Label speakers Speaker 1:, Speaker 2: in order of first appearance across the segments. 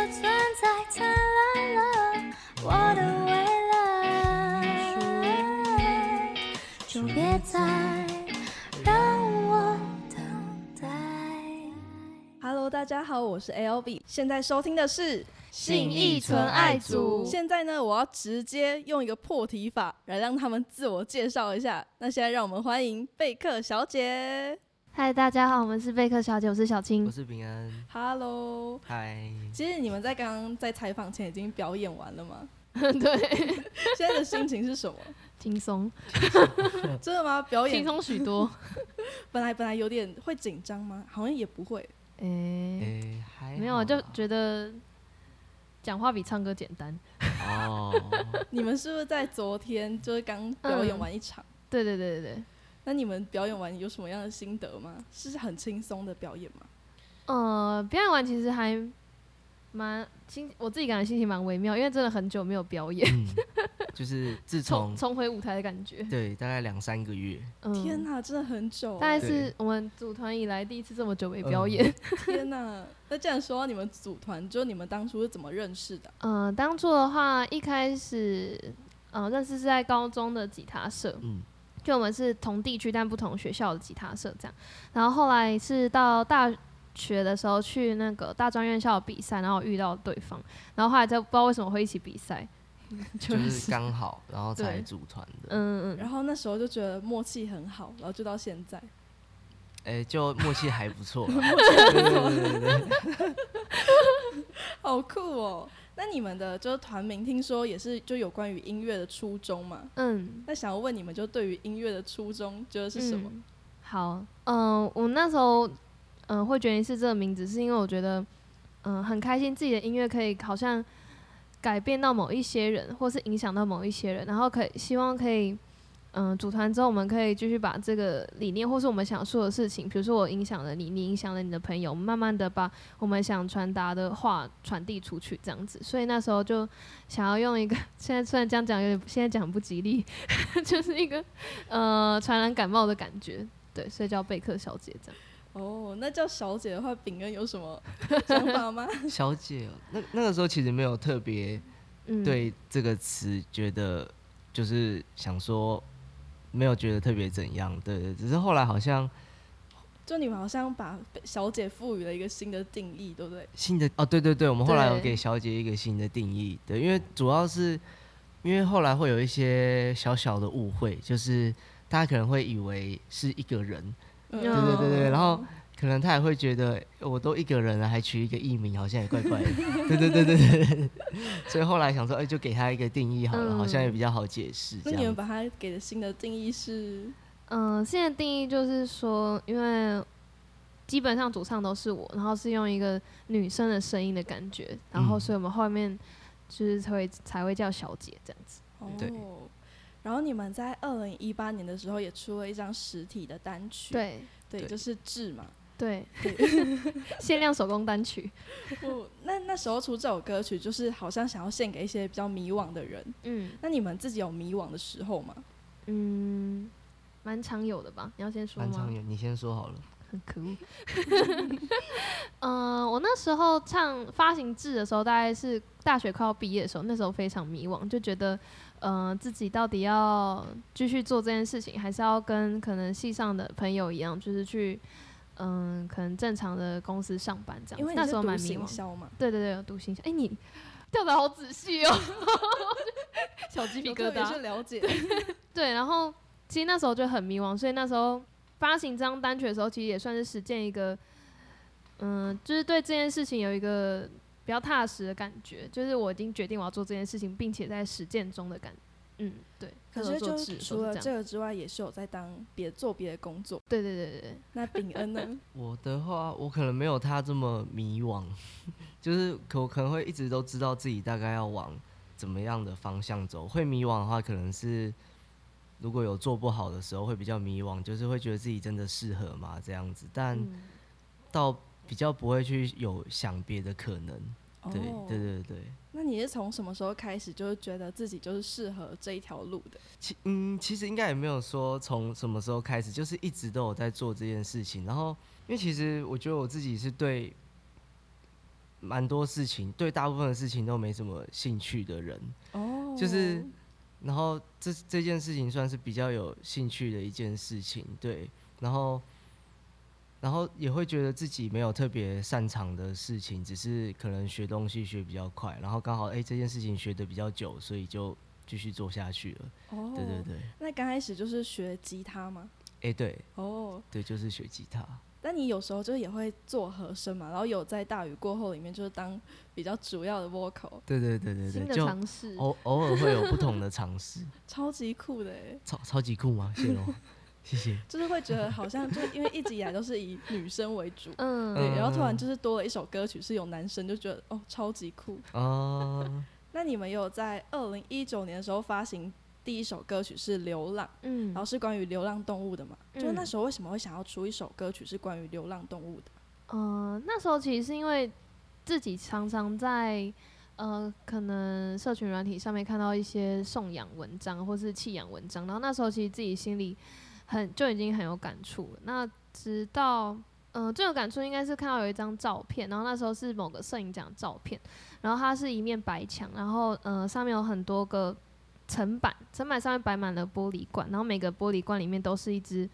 Speaker 1: 再灿烂了，我的未来，就别再让我等待。
Speaker 2: Hello，大家好，我是 L B，现在收听的是。
Speaker 3: 信义纯爱组
Speaker 2: 现在呢，我要直接用一个破题法来让他们自我介绍一下。那现在让我们欢迎贝克小姐。
Speaker 3: 嗨，大家好，我们是贝克小姐，我是小青
Speaker 4: 我。是平安，
Speaker 2: Hello，
Speaker 4: 嗨，
Speaker 2: 其实你们在刚刚在采访前已经表演完了吗？
Speaker 3: 对，
Speaker 2: 现在的心情是什 么？
Speaker 3: 轻松，
Speaker 2: 真的吗？表
Speaker 3: 嗯轻
Speaker 2: 演
Speaker 3: 松许多。
Speaker 2: 本来本来有点会紧张吗？好像也不会。
Speaker 3: 诶，
Speaker 4: 诶，还好
Speaker 3: 没有，就
Speaker 4: 啦
Speaker 3: 觉得讲话比唱歌简单。
Speaker 4: 哦，
Speaker 2: 你们是不是在昨天就是刚表演完一场？
Speaker 3: 对对对对对，
Speaker 2: 那你们表演完有什么样的心得吗？是很轻松的表演吗？
Speaker 3: 呃，表演完其实还蛮心，我自己感觉心情蛮微妙，因为真的很久没有表 演，
Speaker 4: 嗯，就是自
Speaker 3: 重
Speaker 4: 从
Speaker 3: 重回舞台的感觉。
Speaker 4: 对大概两三个 月，
Speaker 3: 嗯
Speaker 2: 天哪，真的很久、
Speaker 3: 大概
Speaker 2: 欸。
Speaker 3: 是我们组团以来第一次这么久没表演。
Speaker 2: 天哪！那既然说到你们组团，就你们当初是怎么认识的？
Speaker 3: 嗯，当初的话，一开始，嗯，认识是在高中的吉他社，
Speaker 4: 嗯，
Speaker 3: 就我们是同地区但不同学校的吉他社这样。然后后来是到大学的时候去那个大专院校比赛，然后遇到对方，然后后来再不知道为什么会一起比赛， 就
Speaker 4: 就是刚好，然后才
Speaker 3: 对
Speaker 4: 组团的，
Speaker 3: 嗯嗯
Speaker 2: 然后那时候就觉得默契很好，然后就到现在。
Speaker 4: 诶，就默契还不错啦， 对对对对对，
Speaker 2: 好酷哦！那你们的就是团名，听说也是就有关于音乐的初衷嘛？
Speaker 3: 嗯，
Speaker 2: 那想要问你们，就对于音乐的初衷，觉得是什么？
Speaker 3: 嗯好，嗯、我那时候嗯、呃会决定是这个名字，是因为我觉得嗯、呃很开心自己的音乐可以好像改变到某一些人，或是影响到某一些人，然后可以希望可以。嗯、组团之后我们可以继续把这个理念，或是我们想说的事情，比如说我影响了你，你影响了你的朋友，慢慢的把我们想传达的话传递出去，这样子。所以那时候就想要用一个， 现在虽然这样讲有点，现在讲不吉利， 就是一个呃传染感冒的感觉，对，所以叫贝克小姐这样。
Speaker 2: 哦，那叫小姐的话，饼恩有什么想法 吗？
Speaker 4: 小姐哦，那那个时候其实没有特别
Speaker 3: 嗯，，
Speaker 4: 对这个词觉得，就是想说没有觉得特别怎样，对对，只是后来好像
Speaker 2: 就你们好像把小姐赋予了一个新的定义，对不对？
Speaker 4: 新的哦，对对对，我们后来有
Speaker 3: 对
Speaker 4: 给小姐一个新的定义，对，因为主要是因为后来会有一些小小的误会，就是大家可能会以为是一个人，
Speaker 2: 嗯，
Speaker 3: 对
Speaker 4: 对对对对，
Speaker 3: 哦
Speaker 4: 然后可能他也会觉得呃我都一个人了，还取一个艺名，好像也怪怪 的，对对对对对对，所以后来想说，哎、就给他一个定义好了，
Speaker 3: 嗯
Speaker 4: 好像也比较好解释，
Speaker 2: 那
Speaker 4: 这
Speaker 2: 你们
Speaker 4: 样，
Speaker 2: 把它给的新的定义是，
Speaker 3: 嗯、现在定义就是说，因为基本上主唱都是我，然后是用一个女生的声音的感觉，然后
Speaker 4: 嗯
Speaker 3: 所以我们后面就是才会才会叫小姐这样子。
Speaker 2: 哦
Speaker 4: 对。
Speaker 2: 然后你们在二零一八年的时候也出了一张实体的单曲，
Speaker 3: 对
Speaker 2: 对，
Speaker 4: 对
Speaker 2: 就是《志》 嘛。
Speaker 3: 对， 限量手工单曲。
Speaker 2: 不，那那时候出这首歌曲，就是好像想要献给一些比较迷惘的人。
Speaker 3: 嗯
Speaker 2: 那你们自己有迷惘的时候吗？
Speaker 3: 嗯，蛮常有的吧？你要先说
Speaker 4: 蛮
Speaker 3: 吗
Speaker 4: 长？远，你先说好了，
Speaker 3: 很可恶。 嗯、我那时候唱发行制的时候，大概是大学快要毕业的时候，那时候非常迷惘，就觉得，呃，自己到底要继续做这件事情，还是要跟可能系上的朋友一样，就是去，嗯、可能正常的公司上班这样子。
Speaker 2: 因为你
Speaker 3: 那
Speaker 2: 是
Speaker 3: 时候蛮
Speaker 2: 读
Speaker 3: 迷
Speaker 2: 行
Speaker 3: 惘。
Speaker 2: 销嘛，
Speaker 3: 对对对，有读心想，哎、你 跳的好仔 细哦，小鸡皮
Speaker 2: 有
Speaker 3: 疙
Speaker 2: 特别
Speaker 3: 瘩
Speaker 2: 去。了解。
Speaker 3: 对，然后其实那时候就很迷惘，所以那时候发行这张单曲的时候，其实也算是实践一个，嗯，就是对这件事情有一个比较踏实的感觉，就是我已经决定我要做这件事情，并且在实践中的感，嗯，对。
Speaker 2: 可
Speaker 3: 那时
Speaker 2: 是
Speaker 3: 候做
Speaker 2: 就
Speaker 3: 制的时候
Speaker 2: 除
Speaker 3: 是
Speaker 2: 了
Speaker 3: 这
Speaker 2: 这
Speaker 3: 样，
Speaker 2: 个之外，也是有在当别做别的工作。
Speaker 3: 对对对对
Speaker 2: 那秉恩呢？
Speaker 4: 我的话，我可能没有他这么迷惘， 就是可我可能会一直都知道自己大概要往怎么样的方向走。会迷惘的话，可能是如果有做不好的时候会比较迷惘，就是会觉得自己真的适合吗这样子，但
Speaker 3: 嗯
Speaker 4: 倒比较不会去有想别的可能。对
Speaker 2: 哦
Speaker 4: 对。对对。
Speaker 2: 那你是从什么时候开始，就是觉得自己就是适合这一条路的？
Speaker 4: 其嗯，其实应该也没有说从什么时候开始，就是一直都有在做这件事情。然后，因为其实我觉得我自己是对蛮多事情，对大部分的事情都没什么兴趣的人，
Speaker 2: 哦，
Speaker 4: 就是，然后这这件事情算是比较有兴趣的一件事情，对，然后，然后也会觉得自己没有特别擅长的事情，只是可能学东西学比较快，然后刚好哎、这件事情学的比较久，所以就继续做下去了，
Speaker 2: 哦，
Speaker 4: 对对。对，哎、
Speaker 2: 那刚开始就是学吉他嘛，
Speaker 4: 哎对
Speaker 2: 哦，
Speaker 4: 对，就是学吉他，
Speaker 2: 那你有时候就是也会做和声嘛，然后有在大雨过后里面就是当比较主要的 vocal，
Speaker 4: 对对对对
Speaker 3: 新
Speaker 4: 对，
Speaker 3: 的
Speaker 4: 就哦
Speaker 3: 尝试。，
Speaker 4: 偶偶尔会有不同的尝试，
Speaker 2: 超级酷的欸
Speaker 4: 超超级酷吗？谢龙，谢 谢。
Speaker 2: 就是会觉得好像就是因为一直以来都是以女生为主
Speaker 3: 嗯，
Speaker 2: 对，然后突然
Speaker 4: 嗯
Speaker 2: 就是多了一首歌曲是有男生，就觉得哦超级酷。
Speaker 4: 哦，
Speaker 2: 那你们有在二零一九年的时候发行第一首歌曲是《流浪》，
Speaker 3: 嗯
Speaker 2: 然后是关于流浪动物的嘛？
Speaker 3: 嗯
Speaker 2: 就那时候为什么会想要出一首歌曲是关于流浪动物的？
Speaker 3: 呃，那时候其实是因为自己常常在呃，可能社群软体上面看到一些送养文章或是弃养文章，然后那时候其实自己心里很就已经很有感触了。那直到呃最有感触应该是看到有一张照片，然后那时候是某个摄影奖照片，然后它是一面白墙，然后呃上面有很多个层板，层板上面摆满了玻璃罐，然后每个玻璃罐里面都是一只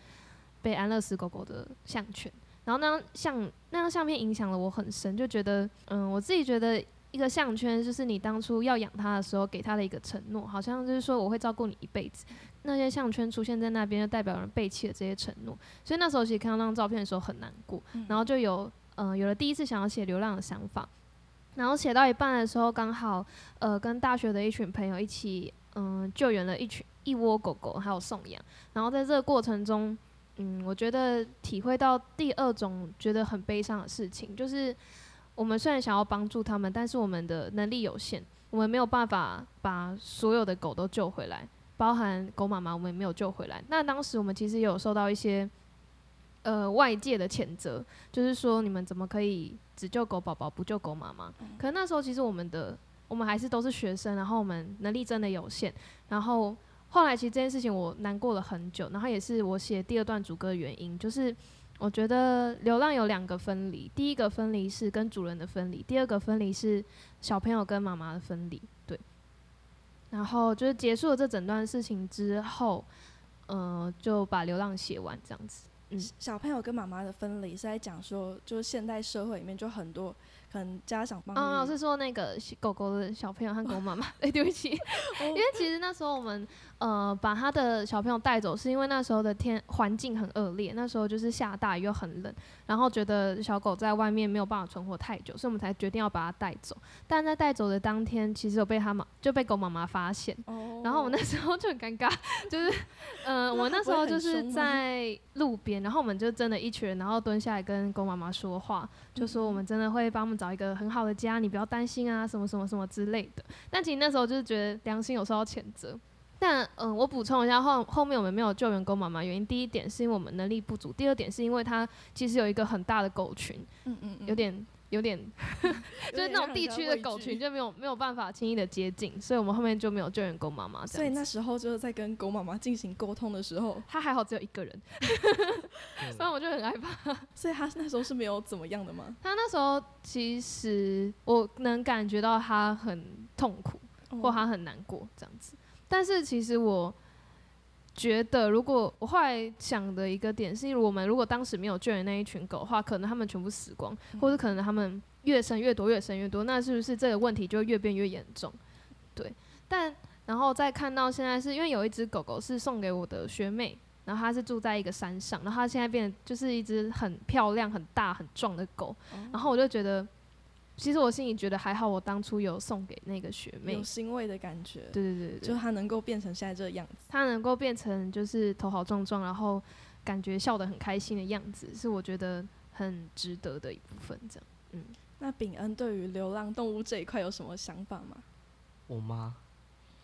Speaker 3: 被安乐死狗狗的项圈。然后那张相那张相片影响了我很深，就觉得嗯，我自己觉得一个项圈就是你当初要养它的时候给它的一个承诺，好像就是说我会照顾你一辈子。那些项圈出现在那边，就代表有人背弃了这些承诺。所以那时候其实看到那张照片的时候很难过，然后就有呃有了第一次想要写流浪的想法。然后写到一半的时候，刚好呃跟大学的一群朋友一起嗯、救援了一群一窝狗狗，还有送养。然后在这个过程中，嗯，我觉得体会到第二种觉得很悲伤的事情，就是我们虽然想要帮助他们，但是我们的能力有限，我们没有办法把所有的狗都救回来，包含狗妈妈我们也没有救回来。那当时我们其实也有受到一些呃外界的谴责，就是说你们怎么可以只救狗宝宝不救狗妈妈？可是那时候其实我们的我们还是都是学生，然后我们能力真的有限，然后后来其实这件事情我难过了很久，然后也是我写第二段主歌的原因，就是我觉得流浪有两个分离，第一个分离是跟主人的分离，第二个分离是小朋友跟妈妈的分离，对。然后就是结束了这整段事情之后，呃，就把流浪写完这样子。嗯
Speaker 2: 小朋友跟妈妈的分离是在讲说，就是现代社会里面就很多可能家长帮
Speaker 3: 哦，是说那个小狗狗的小朋友和狗妈妈。哎、对不起，因为其实那时候我们呃把他的小朋友带走，是因为那时候的天环境很恶劣，那时候就是下大雨又很冷，然后觉得小狗在外面没有办法存活太久，所以我们才决定要把它带走。但在带走的当天，其实有被他妈就被狗妈妈发现，
Speaker 2: 哦
Speaker 3: 然后我那时候就很尴尬，就是， 呃，我那时候就是在路边，然后我们就真的一群人，然后蹲下来跟狗妈妈说话，就说
Speaker 2: 嗯
Speaker 3: 我们真的会帮我们找一个很好的家，你不要担心啊，什么什么什么之类的。但其实那时候就是觉得良心有受到谴责。但嗯、呃我补充一下，后后面我们没有救援狗妈妈，原因第一点是因为我们能力不足，第二点是因为它其实有一个很大的狗群，
Speaker 2: 嗯嗯嗯
Speaker 3: 有点有点
Speaker 2: 有
Speaker 3: 就是
Speaker 2: 点
Speaker 3: 那
Speaker 2: 让
Speaker 3: 种地
Speaker 2: 人家
Speaker 3: 区的
Speaker 2: 畏
Speaker 3: 狗
Speaker 2: 惧
Speaker 3: 群就没哦有没有办法轻易的接近，所以我们后面就没有救援狗妈妈。这
Speaker 2: 所
Speaker 3: 样
Speaker 2: 以
Speaker 3: 子
Speaker 2: 那时候就是在跟狗妈妈进行沟通的时候，
Speaker 3: 他还好只有一个人，不然我就很害怕。
Speaker 2: 所以他那时候是没有怎么样的吗？
Speaker 3: 他那时候其实我能感觉到他很痛苦，或
Speaker 2: 嗯
Speaker 3: 他很难过这样子。但是其实我觉得，如果我后来想的一个点是，我们如果当时没有救援那一群狗的话，可能他们全部死光，或者可能他们越生越多，越生越多，那是不是这个问题就会越变越严重？对，但然后再看到现在是，因为有一只狗狗是送给我的学妹。然后它是住在一个山上，然后它现在变得就是一只很漂亮、很大、很壮的狗。然后我就觉得，其实我心里觉得还好，我当初有送给那个学妹
Speaker 2: 有，欣慰的感觉，
Speaker 3: 对对对对，
Speaker 2: 就他能够变成现在这个样子。
Speaker 3: 他能够变成就是头好壮壮，然后感觉笑得很开心的样子，是我觉得很值得的一部分。这样，
Speaker 2: 那秉恩对于流浪动物这一块有什么想法
Speaker 4: 哎
Speaker 2: 吗？
Speaker 4: 我妈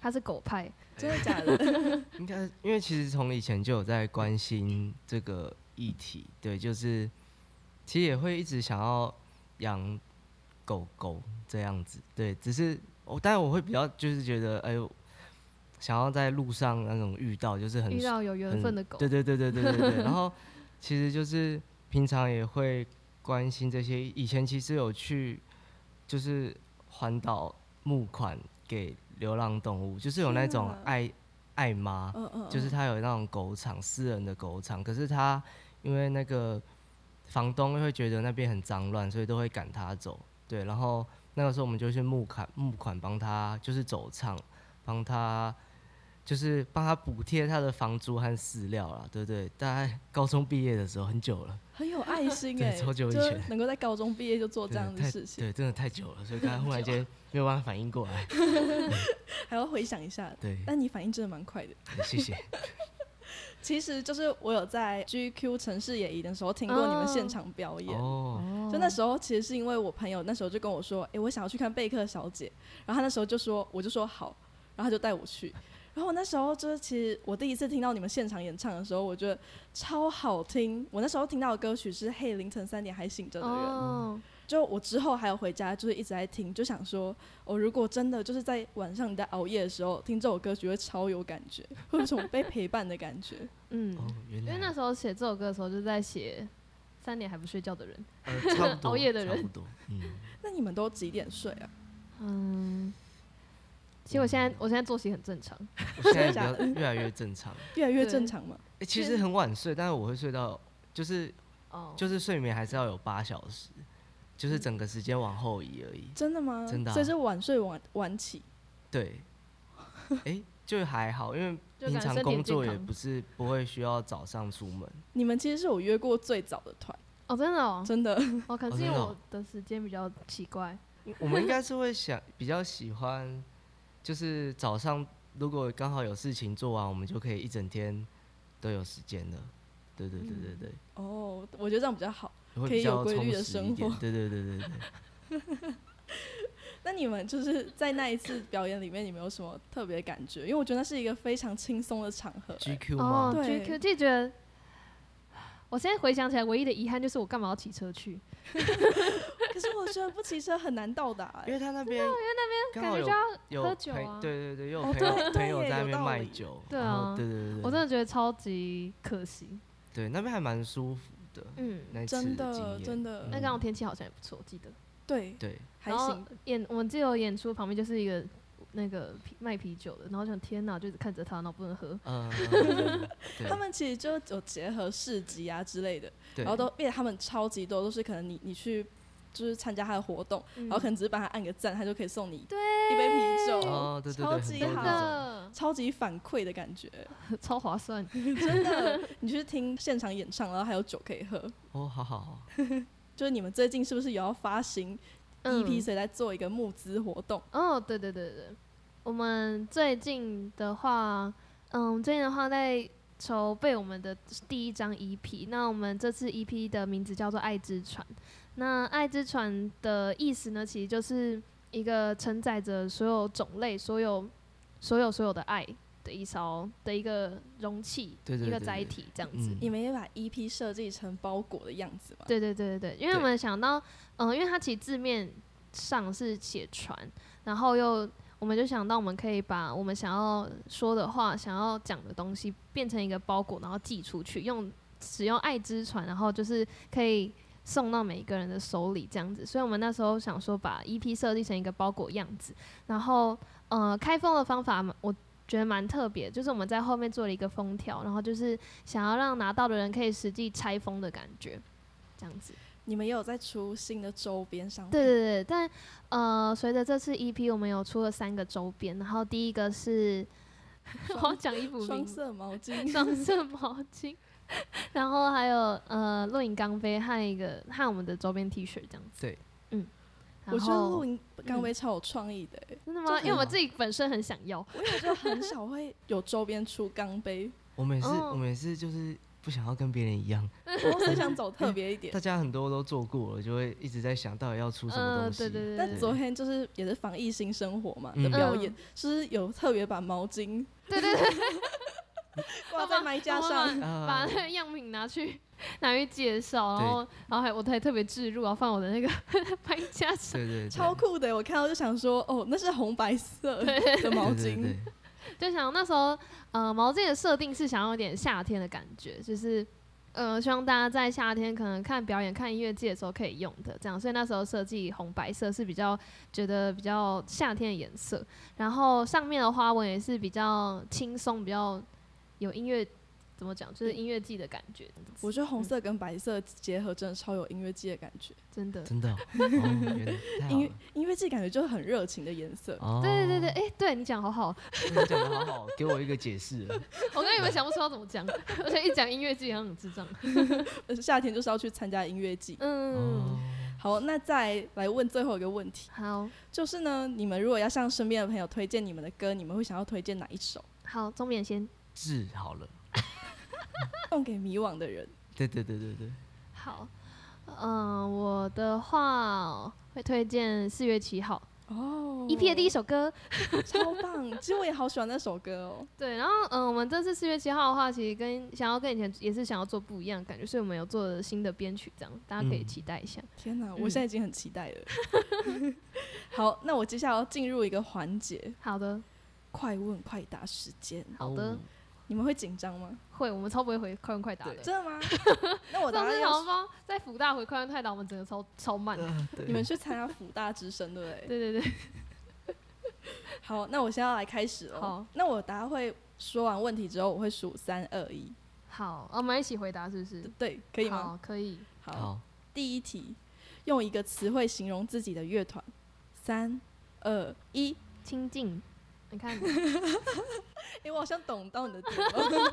Speaker 3: 他是狗派，
Speaker 2: 真的假的？
Speaker 4: 应该，因为其实从以前就有在关心这个议题，对，就是其实也会一直想要养狗狗这样子，对，只是我，但我会比较就是觉得，哎呦，想要在路上那种遇到，就是很
Speaker 3: 遇到有缘分的
Speaker 4: 嗯，
Speaker 3: 狗
Speaker 4: 对对对对对对对。然后其实就是平常也会关心这些，以前其实有去就是环岛募款给流浪动物，就是有那种
Speaker 2: 天啊
Speaker 4: 爱爱妈，
Speaker 2: 嗯嗯，
Speaker 4: 就是他有那种狗场，私人的狗场，可是他因为那个房东会觉得那边很脏乱，所以都会赶他走。对，然后那个时候我们就去募款，募款帮他就是走场，帮他就是帮他补贴他的房租和饲料啦，对不对？大概高中毕业的时候，很久了，
Speaker 2: 很有爱 心哎、
Speaker 4: 对超久以
Speaker 2: 就
Speaker 4: 前
Speaker 2: 能够在高中毕业就做
Speaker 4: 对
Speaker 2: 这样的
Speaker 4: 太
Speaker 2: 事情，
Speaker 4: 对，真的太久了，所以刚才忽然间没有办法反应过来。
Speaker 2: 还要回想一下。
Speaker 4: 对，
Speaker 2: 但你反应真的蛮快的。
Speaker 4: 谢谢。
Speaker 2: 其实就是我有在 GQ 城市野营的时候听过你们
Speaker 3: 哦
Speaker 2: 现场表演，
Speaker 4: 哦，
Speaker 2: 就那时候其实是因为我朋友那时候就跟我说，诶，我想要去看贝克小姐，然后他那时候就说，我就说好，然后他就带我去。然后我那时候就是，其实我第一次听到你们现场演唱的时候，我觉得超好听。我那时候听到的歌曲是《嘿，凌晨三点还醒着的人》，
Speaker 3: 哦，
Speaker 2: 就我之后还有回家，就是一直在听，就想说，我、如果真的就是在晚上你在熬夜的时候听这首歌曲，会超有感觉，会有种被陪伴的感觉。
Speaker 3: 嗯，
Speaker 4: 哦，原
Speaker 3: 因
Speaker 4: 来
Speaker 3: 为那时候写这首歌的时候，就在写三点还不睡觉的人。
Speaker 4: 呃 差不多
Speaker 3: 熬夜的
Speaker 4: 差
Speaker 3: 人
Speaker 4: 不多，嗯。
Speaker 2: 那你们都几点睡啊？
Speaker 3: 嗯，其实我
Speaker 4: 嗯
Speaker 3: 现在我现在作息很正常，
Speaker 4: 我现在比 较越来越正常。
Speaker 2: 越来越
Speaker 3: 对
Speaker 2: 正常吗？
Speaker 4: 欸其实很晚睡，但是我会睡到，就是
Speaker 3: 哦，
Speaker 4: 就是睡眠还是要有八小时，就是整个时间往后移而已。
Speaker 2: 真的吗？
Speaker 4: 真的啊
Speaker 2: 所以是晚睡晚晚起。
Speaker 4: 对，哎、就还好，因
Speaker 3: 就
Speaker 4: 为
Speaker 3: 感
Speaker 4: 平
Speaker 3: 觉
Speaker 4: 常
Speaker 3: 身体
Speaker 4: 工
Speaker 3: 很健
Speaker 4: 作也
Speaker 3: 康
Speaker 4: 不是不会需要早上出门。
Speaker 2: 你们其实是有约过最早的团，
Speaker 3: 哦，真的哦，
Speaker 2: 真的。
Speaker 3: 哦，
Speaker 4: 哦
Speaker 3: 可能是
Speaker 4: 真
Speaker 3: 因为
Speaker 4: 的
Speaker 3: 我
Speaker 4: 哦
Speaker 3: 的时间比较奇怪，
Speaker 4: 我们应该是会想比较喜欢，就是早上如果刚好有事情做完，我们就可以一整天都有时间了。对对对对对，
Speaker 2: 哦，我觉得这样比较好。
Speaker 4: 会
Speaker 2: 可以
Speaker 4: 比较
Speaker 2: 有规律
Speaker 4: 充
Speaker 2: 的
Speaker 4: 实一
Speaker 2: 生
Speaker 4: 点
Speaker 2: 活。
Speaker 4: 对对对对对。
Speaker 2: 那你们就是在那一次表演里面，你们有什么特别的感觉？因为我觉得那是一个非常轻松的场 合、欸
Speaker 4: GQ
Speaker 3: 哦
Speaker 4: 吗？
Speaker 2: 对
Speaker 3: ，GQ 就觉得，我现在回想起来，唯一的遗憾就是我干嘛要骑车去？
Speaker 2: 可是我觉得不骑车很难到达、
Speaker 4: 因 为
Speaker 2: 欸。
Speaker 4: 他那边，因为那边
Speaker 3: 感觉就要
Speaker 4: 有
Speaker 3: 喝
Speaker 4: 朋
Speaker 3: 酒啊
Speaker 4: 对对对，又有
Speaker 2: 哦
Speaker 4: 朋友、
Speaker 2: 对
Speaker 4: 朋友
Speaker 2: 对
Speaker 4: 在那
Speaker 2: 有
Speaker 4: 边
Speaker 2: 道
Speaker 4: 卖
Speaker 2: 理
Speaker 4: 酒，
Speaker 3: 对
Speaker 4: 然后
Speaker 3: 啊
Speaker 4: 对对对，
Speaker 3: 我真的觉得超级可惜。
Speaker 4: 对那边还蛮舒服的，
Speaker 3: 嗯，
Speaker 4: 那一次经
Speaker 2: 真的
Speaker 4: 验
Speaker 2: 真的，
Speaker 3: 那刚好天气好像也不错，我记得。
Speaker 2: 对，
Speaker 4: 对，
Speaker 2: 还
Speaker 3: 哎然后
Speaker 2: 行。
Speaker 3: 演，我记得我演出旁边就是一个那个啤卖啤酒的，然后想天哪，就一直看着他，然后不能喝。
Speaker 4: 嗯，
Speaker 2: 他
Speaker 4: 对
Speaker 2: 们其实就有结合市集啊之类的，
Speaker 4: 对，
Speaker 2: 然后都，而且他们超级多，都是可能你你去就是参加他的活动，
Speaker 3: 嗯
Speaker 2: 然后可能只是帮他按个赞，他就可以送你一杯啤酒，
Speaker 4: 哦对对对
Speaker 2: 超
Speaker 4: 很
Speaker 2: 级
Speaker 4: 多
Speaker 3: 真
Speaker 4: 这
Speaker 2: 好
Speaker 4: 种。
Speaker 3: 的
Speaker 2: 超级反馈的感觉，
Speaker 3: 超划算。
Speaker 2: 真的。你去听现场演唱，然后还有酒可以喝。
Speaker 4: 哦，好好好，
Speaker 2: 就是你们最近是不是有要发行 EP，
Speaker 3: 嗯
Speaker 2: 所以在做一个募资活动？
Speaker 3: 哦，对对对对对，我们最近的话，嗯，最近的话在筹备我们的第一张 EP。那我们这次 EP 的名字叫做《爱之船》。那《爱之船》的意思呢，其实就是一个承载着所有种类、所有、所有、所有的爱的一艘的一个容器，
Speaker 4: 对对
Speaker 3: 一个
Speaker 4: 对
Speaker 3: 载
Speaker 4: 对
Speaker 3: 体这样子。
Speaker 4: 嗯
Speaker 2: 你们也把 EP 设计成包裹的样子吗？
Speaker 3: 对对对对对，因为我
Speaker 4: 对
Speaker 3: 们想到，嗯、因为它其实字面上是写船，然后又我们就想到我们可以把我们想要说的话、想要讲的东西变成一个包裹，然后寄出去，用使用爱之船，然后就是可以送到每一个人的手里这样子。所以我们那时候想说把 EP 设计成一个包裹样子，然后呃，开封的方法我觉得蛮特别，就是我们在后面做了一个封条，然后就是想要让拿到的人可以实际拆封的感觉。这样子，
Speaker 2: 你们也有在出新的周边商品？
Speaker 3: 对对对，但呃，随着这次 EP，我们有出了三个周边，然后第一 个是我要讲衣服名
Speaker 2: 双
Speaker 3: 字
Speaker 2: 色毛巾。
Speaker 3: 双色毛巾，然后还有呃录影钢杯和一个和我们的周边 T 恤这样子。
Speaker 4: 对，
Speaker 3: 嗯，
Speaker 2: 我
Speaker 3: 然
Speaker 2: 觉得录
Speaker 3: 后嗯
Speaker 2: 影刚杯超有创意的、欸，
Speaker 3: 真的
Speaker 4: 就
Speaker 3: 吗？
Speaker 4: 很
Speaker 3: 因为我
Speaker 4: 好
Speaker 3: 自己本身很想要，
Speaker 2: 我也觉得很少会有周边出钢杯，
Speaker 4: 我每次
Speaker 3: 哦
Speaker 4: 我每次就是不想要跟别人一样，
Speaker 2: 我只想走
Speaker 4: 嗯
Speaker 2: 特别一点
Speaker 4: 大。家很多都做过了，就会一直在想到底要出什么
Speaker 3: 嗯，
Speaker 4: 东西
Speaker 3: 对。对对
Speaker 2: 但
Speaker 3: 对
Speaker 2: 昨天就是也是防疫新生活嘛的
Speaker 4: 嗯
Speaker 2: 表演
Speaker 3: 嗯，
Speaker 2: 就是有特别把毛巾
Speaker 3: 对对对，
Speaker 2: 挂在麦架
Speaker 3: 我
Speaker 2: 上，
Speaker 3: 把
Speaker 4: 啊
Speaker 3: 把那个样品拿去拿去介绍，
Speaker 4: 对
Speaker 3: 然后然后还我还特别置入，然后放我的那个 拍架上。
Speaker 4: 对对，对
Speaker 2: 超酷的欸、我看到就想说，哦，那是红白色的毛
Speaker 4: 对对
Speaker 2: 巾
Speaker 4: 对，
Speaker 3: 就想那时候，呃，毛巾的设定是想要有点夏天的感觉，就是呃，希望大家在夏天可能看表演、看音乐季的时候可以用的，这样。所以那时候设计红白色是比较觉得比较夏天的颜色，然后上面的花纹也是比较轻松、比较有音乐，怎么讲，就是音乐季的感觉，
Speaker 2: 我觉得红色跟白色结合真的超有音乐季的感觉，
Speaker 3: 真的。
Speaker 4: 真的哦， 哦原来太好
Speaker 2: 音乐
Speaker 4: 了
Speaker 2: 音乐季感觉就是很热情的颜色。
Speaker 4: 哦，
Speaker 3: 对对对对，哎、对你讲好好，
Speaker 4: 对，讲的好好，给我一个解释了。
Speaker 3: 我跟你们想不出要怎么讲， 而且一讲音乐季好像很智障。
Speaker 2: 呃夏天就是要去参加音乐季。
Speaker 3: 嗯，
Speaker 4: 哦，
Speaker 2: 好，那再来问最后一个问题，
Speaker 3: 好
Speaker 2: 就是呢，你们如果要向身边的朋友推荐你们的歌，你们会想要推荐哪一首
Speaker 3: 好，钟勉先。
Speaker 4: 治好了。
Speaker 2: 送给迷惘的人？
Speaker 4: 对对对对对，
Speaker 3: 好，嗯、我的话会推荐四月七号、
Speaker 2: 哦
Speaker 3: EP 的第一首歌。
Speaker 2: 超棒，其实我也好喜欢那首歌哦。
Speaker 3: 对，然后嗯、我们这次四月七号的话，其实跟想要跟以前也是想要做不一样的感觉，所以我们有做了新的编曲，这样大家可以
Speaker 4: 嗯
Speaker 3: 期待一下。
Speaker 2: 天哪，我现
Speaker 3: 嗯
Speaker 2: 在已经很期待了。 好，那我接下来要进入一个环节，
Speaker 3: 好的，
Speaker 2: 快问快答时间。
Speaker 3: 好的
Speaker 4: 哦
Speaker 2: 你们会紧张吗？
Speaker 3: 会，我们超不会回快问快答的。
Speaker 4: 对
Speaker 2: 真的 吗？那我答
Speaker 3: 上
Speaker 2: 案
Speaker 3: 次好
Speaker 2: 要
Speaker 3: 像帮在福大回快问快答，我们整个超超慢的。
Speaker 4: 呃
Speaker 2: 你们去参加福大之声，对不对？
Speaker 3: 对对对，
Speaker 2: 好，那我现在要来开始了。
Speaker 3: 好，
Speaker 2: 那我答会说完问题之后，我会数三二一，
Speaker 3: 好，我们一起回答是不是？
Speaker 2: 对，可以吗？
Speaker 3: 嗯好，可以。
Speaker 2: 好
Speaker 4: 好，
Speaker 2: 第一题，用一个词汇形容自己的乐团，三二 一。
Speaker 3: 清静，你看，
Speaker 2: 因为我好像懂到你的点哦 了，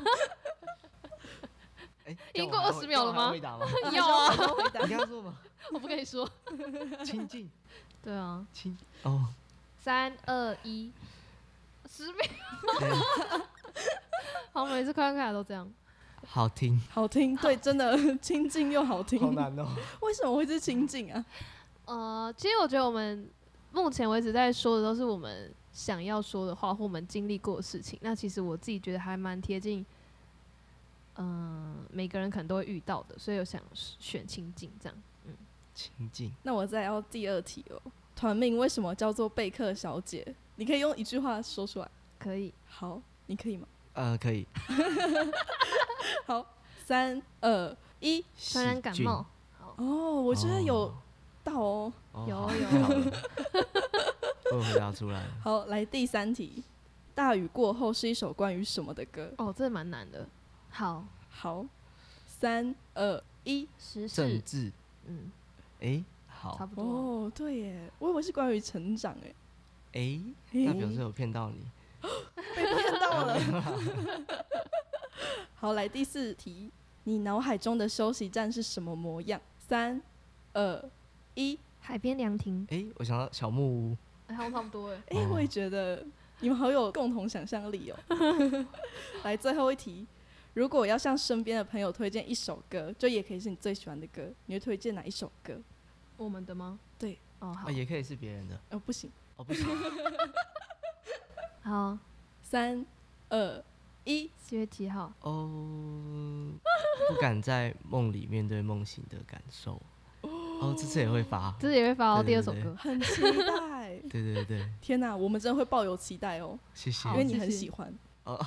Speaker 4: 哎，
Speaker 3: 已经
Speaker 4: 这样
Speaker 3: 过
Speaker 4: 我还
Speaker 3: 20
Speaker 4: 会
Speaker 3: 秒了
Speaker 4: 这样我还
Speaker 3: 吗
Speaker 4: 会打吗？
Speaker 3: 要啊
Speaker 2: 还是要回答
Speaker 4: 你刚刚说吗？
Speaker 3: 我不跟你说。
Speaker 4: 亲近
Speaker 3: 对啊，
Speaker 4: 亲哦，
Speaker 3: 三二一，十秒。
Speaker 4: 对，
Speaker 3: 好，每次快问快答都这样。
Speaker 4: 好听，
Speaker 2: 好听，对，真的 清近又好听。
Speaker 4: 好难哦。
Speaker 2: 为什么会是清近啊？
Speaker 3: 呃，其实我觉得我们目前为止在说的都是我们想要说的话或我们经历过的事情。那其实我自己觉得还蛮贴近，嗯、每个人可能都会遇到的，所以我想选亲近这样。
Speaker 4: 亲近
Speaker 2: 那我再要第二题哦，团名为什么叫做贝克小姐？你可以用一句话说出来。
Speaker 3: 可以，
Speaker 2: 好，你可以吗？
Speaker 4: 呃，可以。
Speaker 2: 好，三二一。
Speaker 3: 传染
Speaker 4: 细
Speaker 3: 感
Speaker 4: 菌
Speaker 3: 冒，
Speaker 2: 哦，我觉得有
Speaker 4: 哦
Speaker 2: 到哦。
Speaker 4: 哦
Speaker 3: 有
Speaker 4: 好
Speaker 3: 有
Speaker 4: 太好了 我有回答出来了。
Speaker 2: 好，来第三题，《大雨过后》是一首关于什么的歌？
Speaker 3: 哦，这蛮难的。好，
Speaker 2: 好，三二一。
Speaker 3: 时事
Speaker 4: 政，治，
Speaker 3: 嗯，
Speaker 4: 哎，
Speaker 3: 差
Speaker 4: 好，
Speaker 3: 不多。
Speaker 2: 哦，对耶，我以为是关于成长哎，
Speaker 4: 哎，
Speaker 2: 嘿
Speaker 4: 那表示有骗到你。
Speaker 2: 被骗到了。 好，来第四题，你脑海中的休息站是什么模样？三二一。
Speaker 3: 海边凉亭，
Speaker 4: 哎，我想到小木屋，
Speaker 3: 哎好像差不多哎。
Speaker 2: 哎、我也觉得你们好有共同想象力哦。来，最后一题，如果要向身边的朋友推荐一首歌，就也可以是你最喜欢的歌，你会推荐哪一首歌？
Speaker 3: 我们的吗？
Speaker 2: 对，
Speaker 3: 哦
Speaker 4: 啊
Speaker 3: 好，
Speaker 4: 也可以是别人的。
Speaker 2: 哦，不行，
Speaker 4: 哦，不行，
Speaker 3: 好，
Speaker 2: 三二一，
Speaker 3: 四月几号？
Speaker 4: 哦，不敢在梦里面对梦醒的感受。哦，这次也会发。
Speaker 3: 这也会发到
Speaker 4: 对
Speaker 3: 第
Speaker 4: 对
Speaker 3: 二首
Speaker 4: 对。
Speaker 3: 歌。
Speaker 2: 很期 待
Speaker 4: 对对对，
Speaker 2: 天哪，我们真的会抱有期待哦，
Speaker 4: 谢谢
Speaker 3: 好
Speaker 2: 因。为你
Speaker 3: 谢
Speaker 2: 很
Speaker 3: 谢
Speaker 2: 喜欢。
Speaker 4: 哦，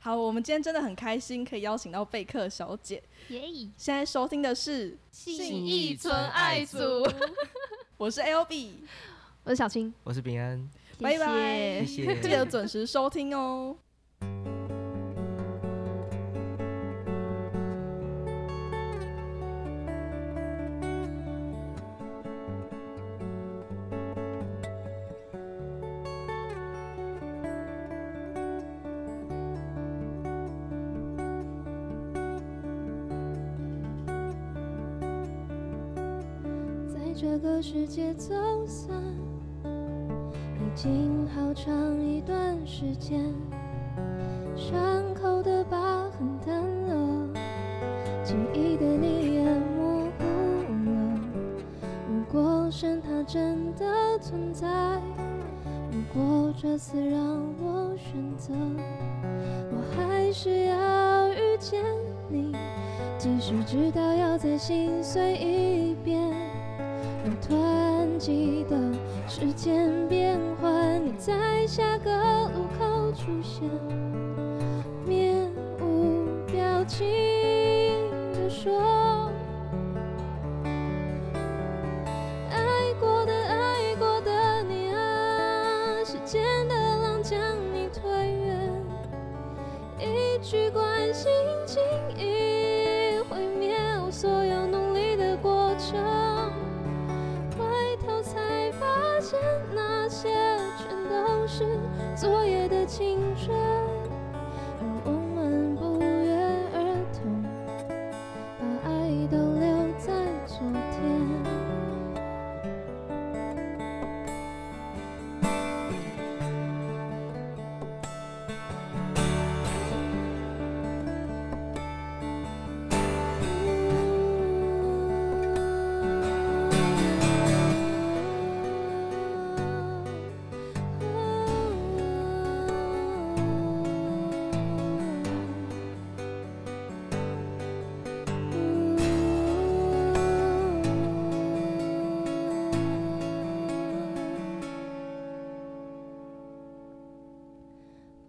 Speaker 2: 好，我们今天真的很开心，可以邀请到贝克小姐。
Speaker 3: 耶！
Speaker 2: 现在收听的是，
Speaker 4: 信义纯爱组
Speaker 2: 我是 L B，
Speaker 3: 我是小青，
Speaker 4: 我是平安，
Speaker 2: 拜拜
Speaker 4: 谢
Speaker 3: 谢谢
Speaker 4: 谢。
Speaker 2: 记得准时收听哦。
Speaker 1: 在这个世界走散，已经好长一段时间。伤口的疤痕淡了，记忆的你也模糊了。如果神它真的存在，如果这次让我选择，我还是要遇见你。即使知道要再心碎一遍，我突然记得时间变换，你在下个路口出现，面无表情。啊是昨夜的青春，而我们不约而同把爱都留在昨天。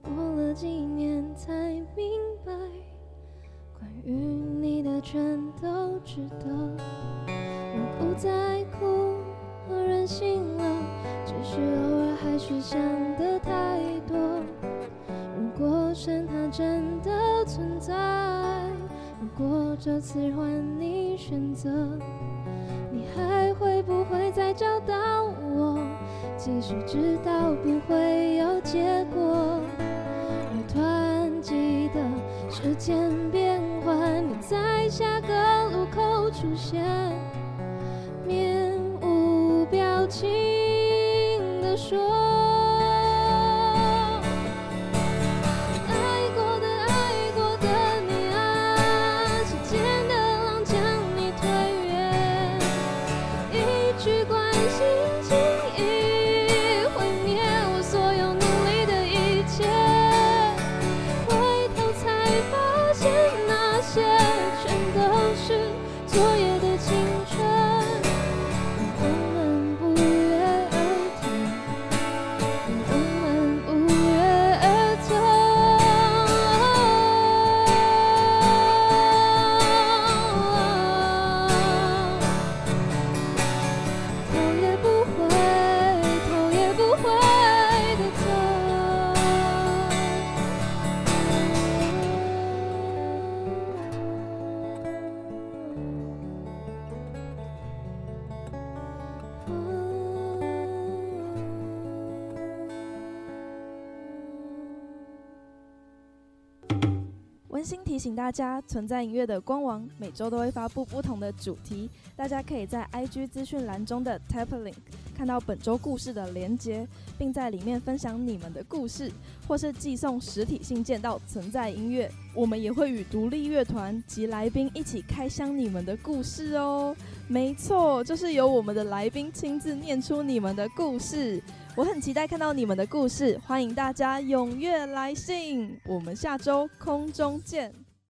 Speaker 1: 过了几年才明白，关于你的全都值得。我不再哭和任性了，只是偶尔还是想的太多。如果神它真的存在，如果这次换你选择，你还会不会再找到我？即使知道不会有结果。而突然记得时间变换，你在下个路口出现，面无表情地说。爱过的爱过的你啊，时间的浪将你推远，一句关心轻易毁灭我所有努力的一切。回头才发现，那些全都是昨夜的青春，我们不约而同。我们不约而同。头也不回，头也不回的走。
Speaker 2: 温馨提醒大家，存在音乐的官网每周都会发布不同的主题，大家可以在 IG 资讯栏中的 Tap Link 看到本周故事的连接，并在里面分享你们的故事，或是寄送实体信件到存在音乐。我们也会与独立乐团及来宾一起开箱你们的故事哦。没错，就是由我们的来宾亲自念出你们的故事。我很期待看到你们的故事，欢迎大家踊跃来信。我们下周空中见。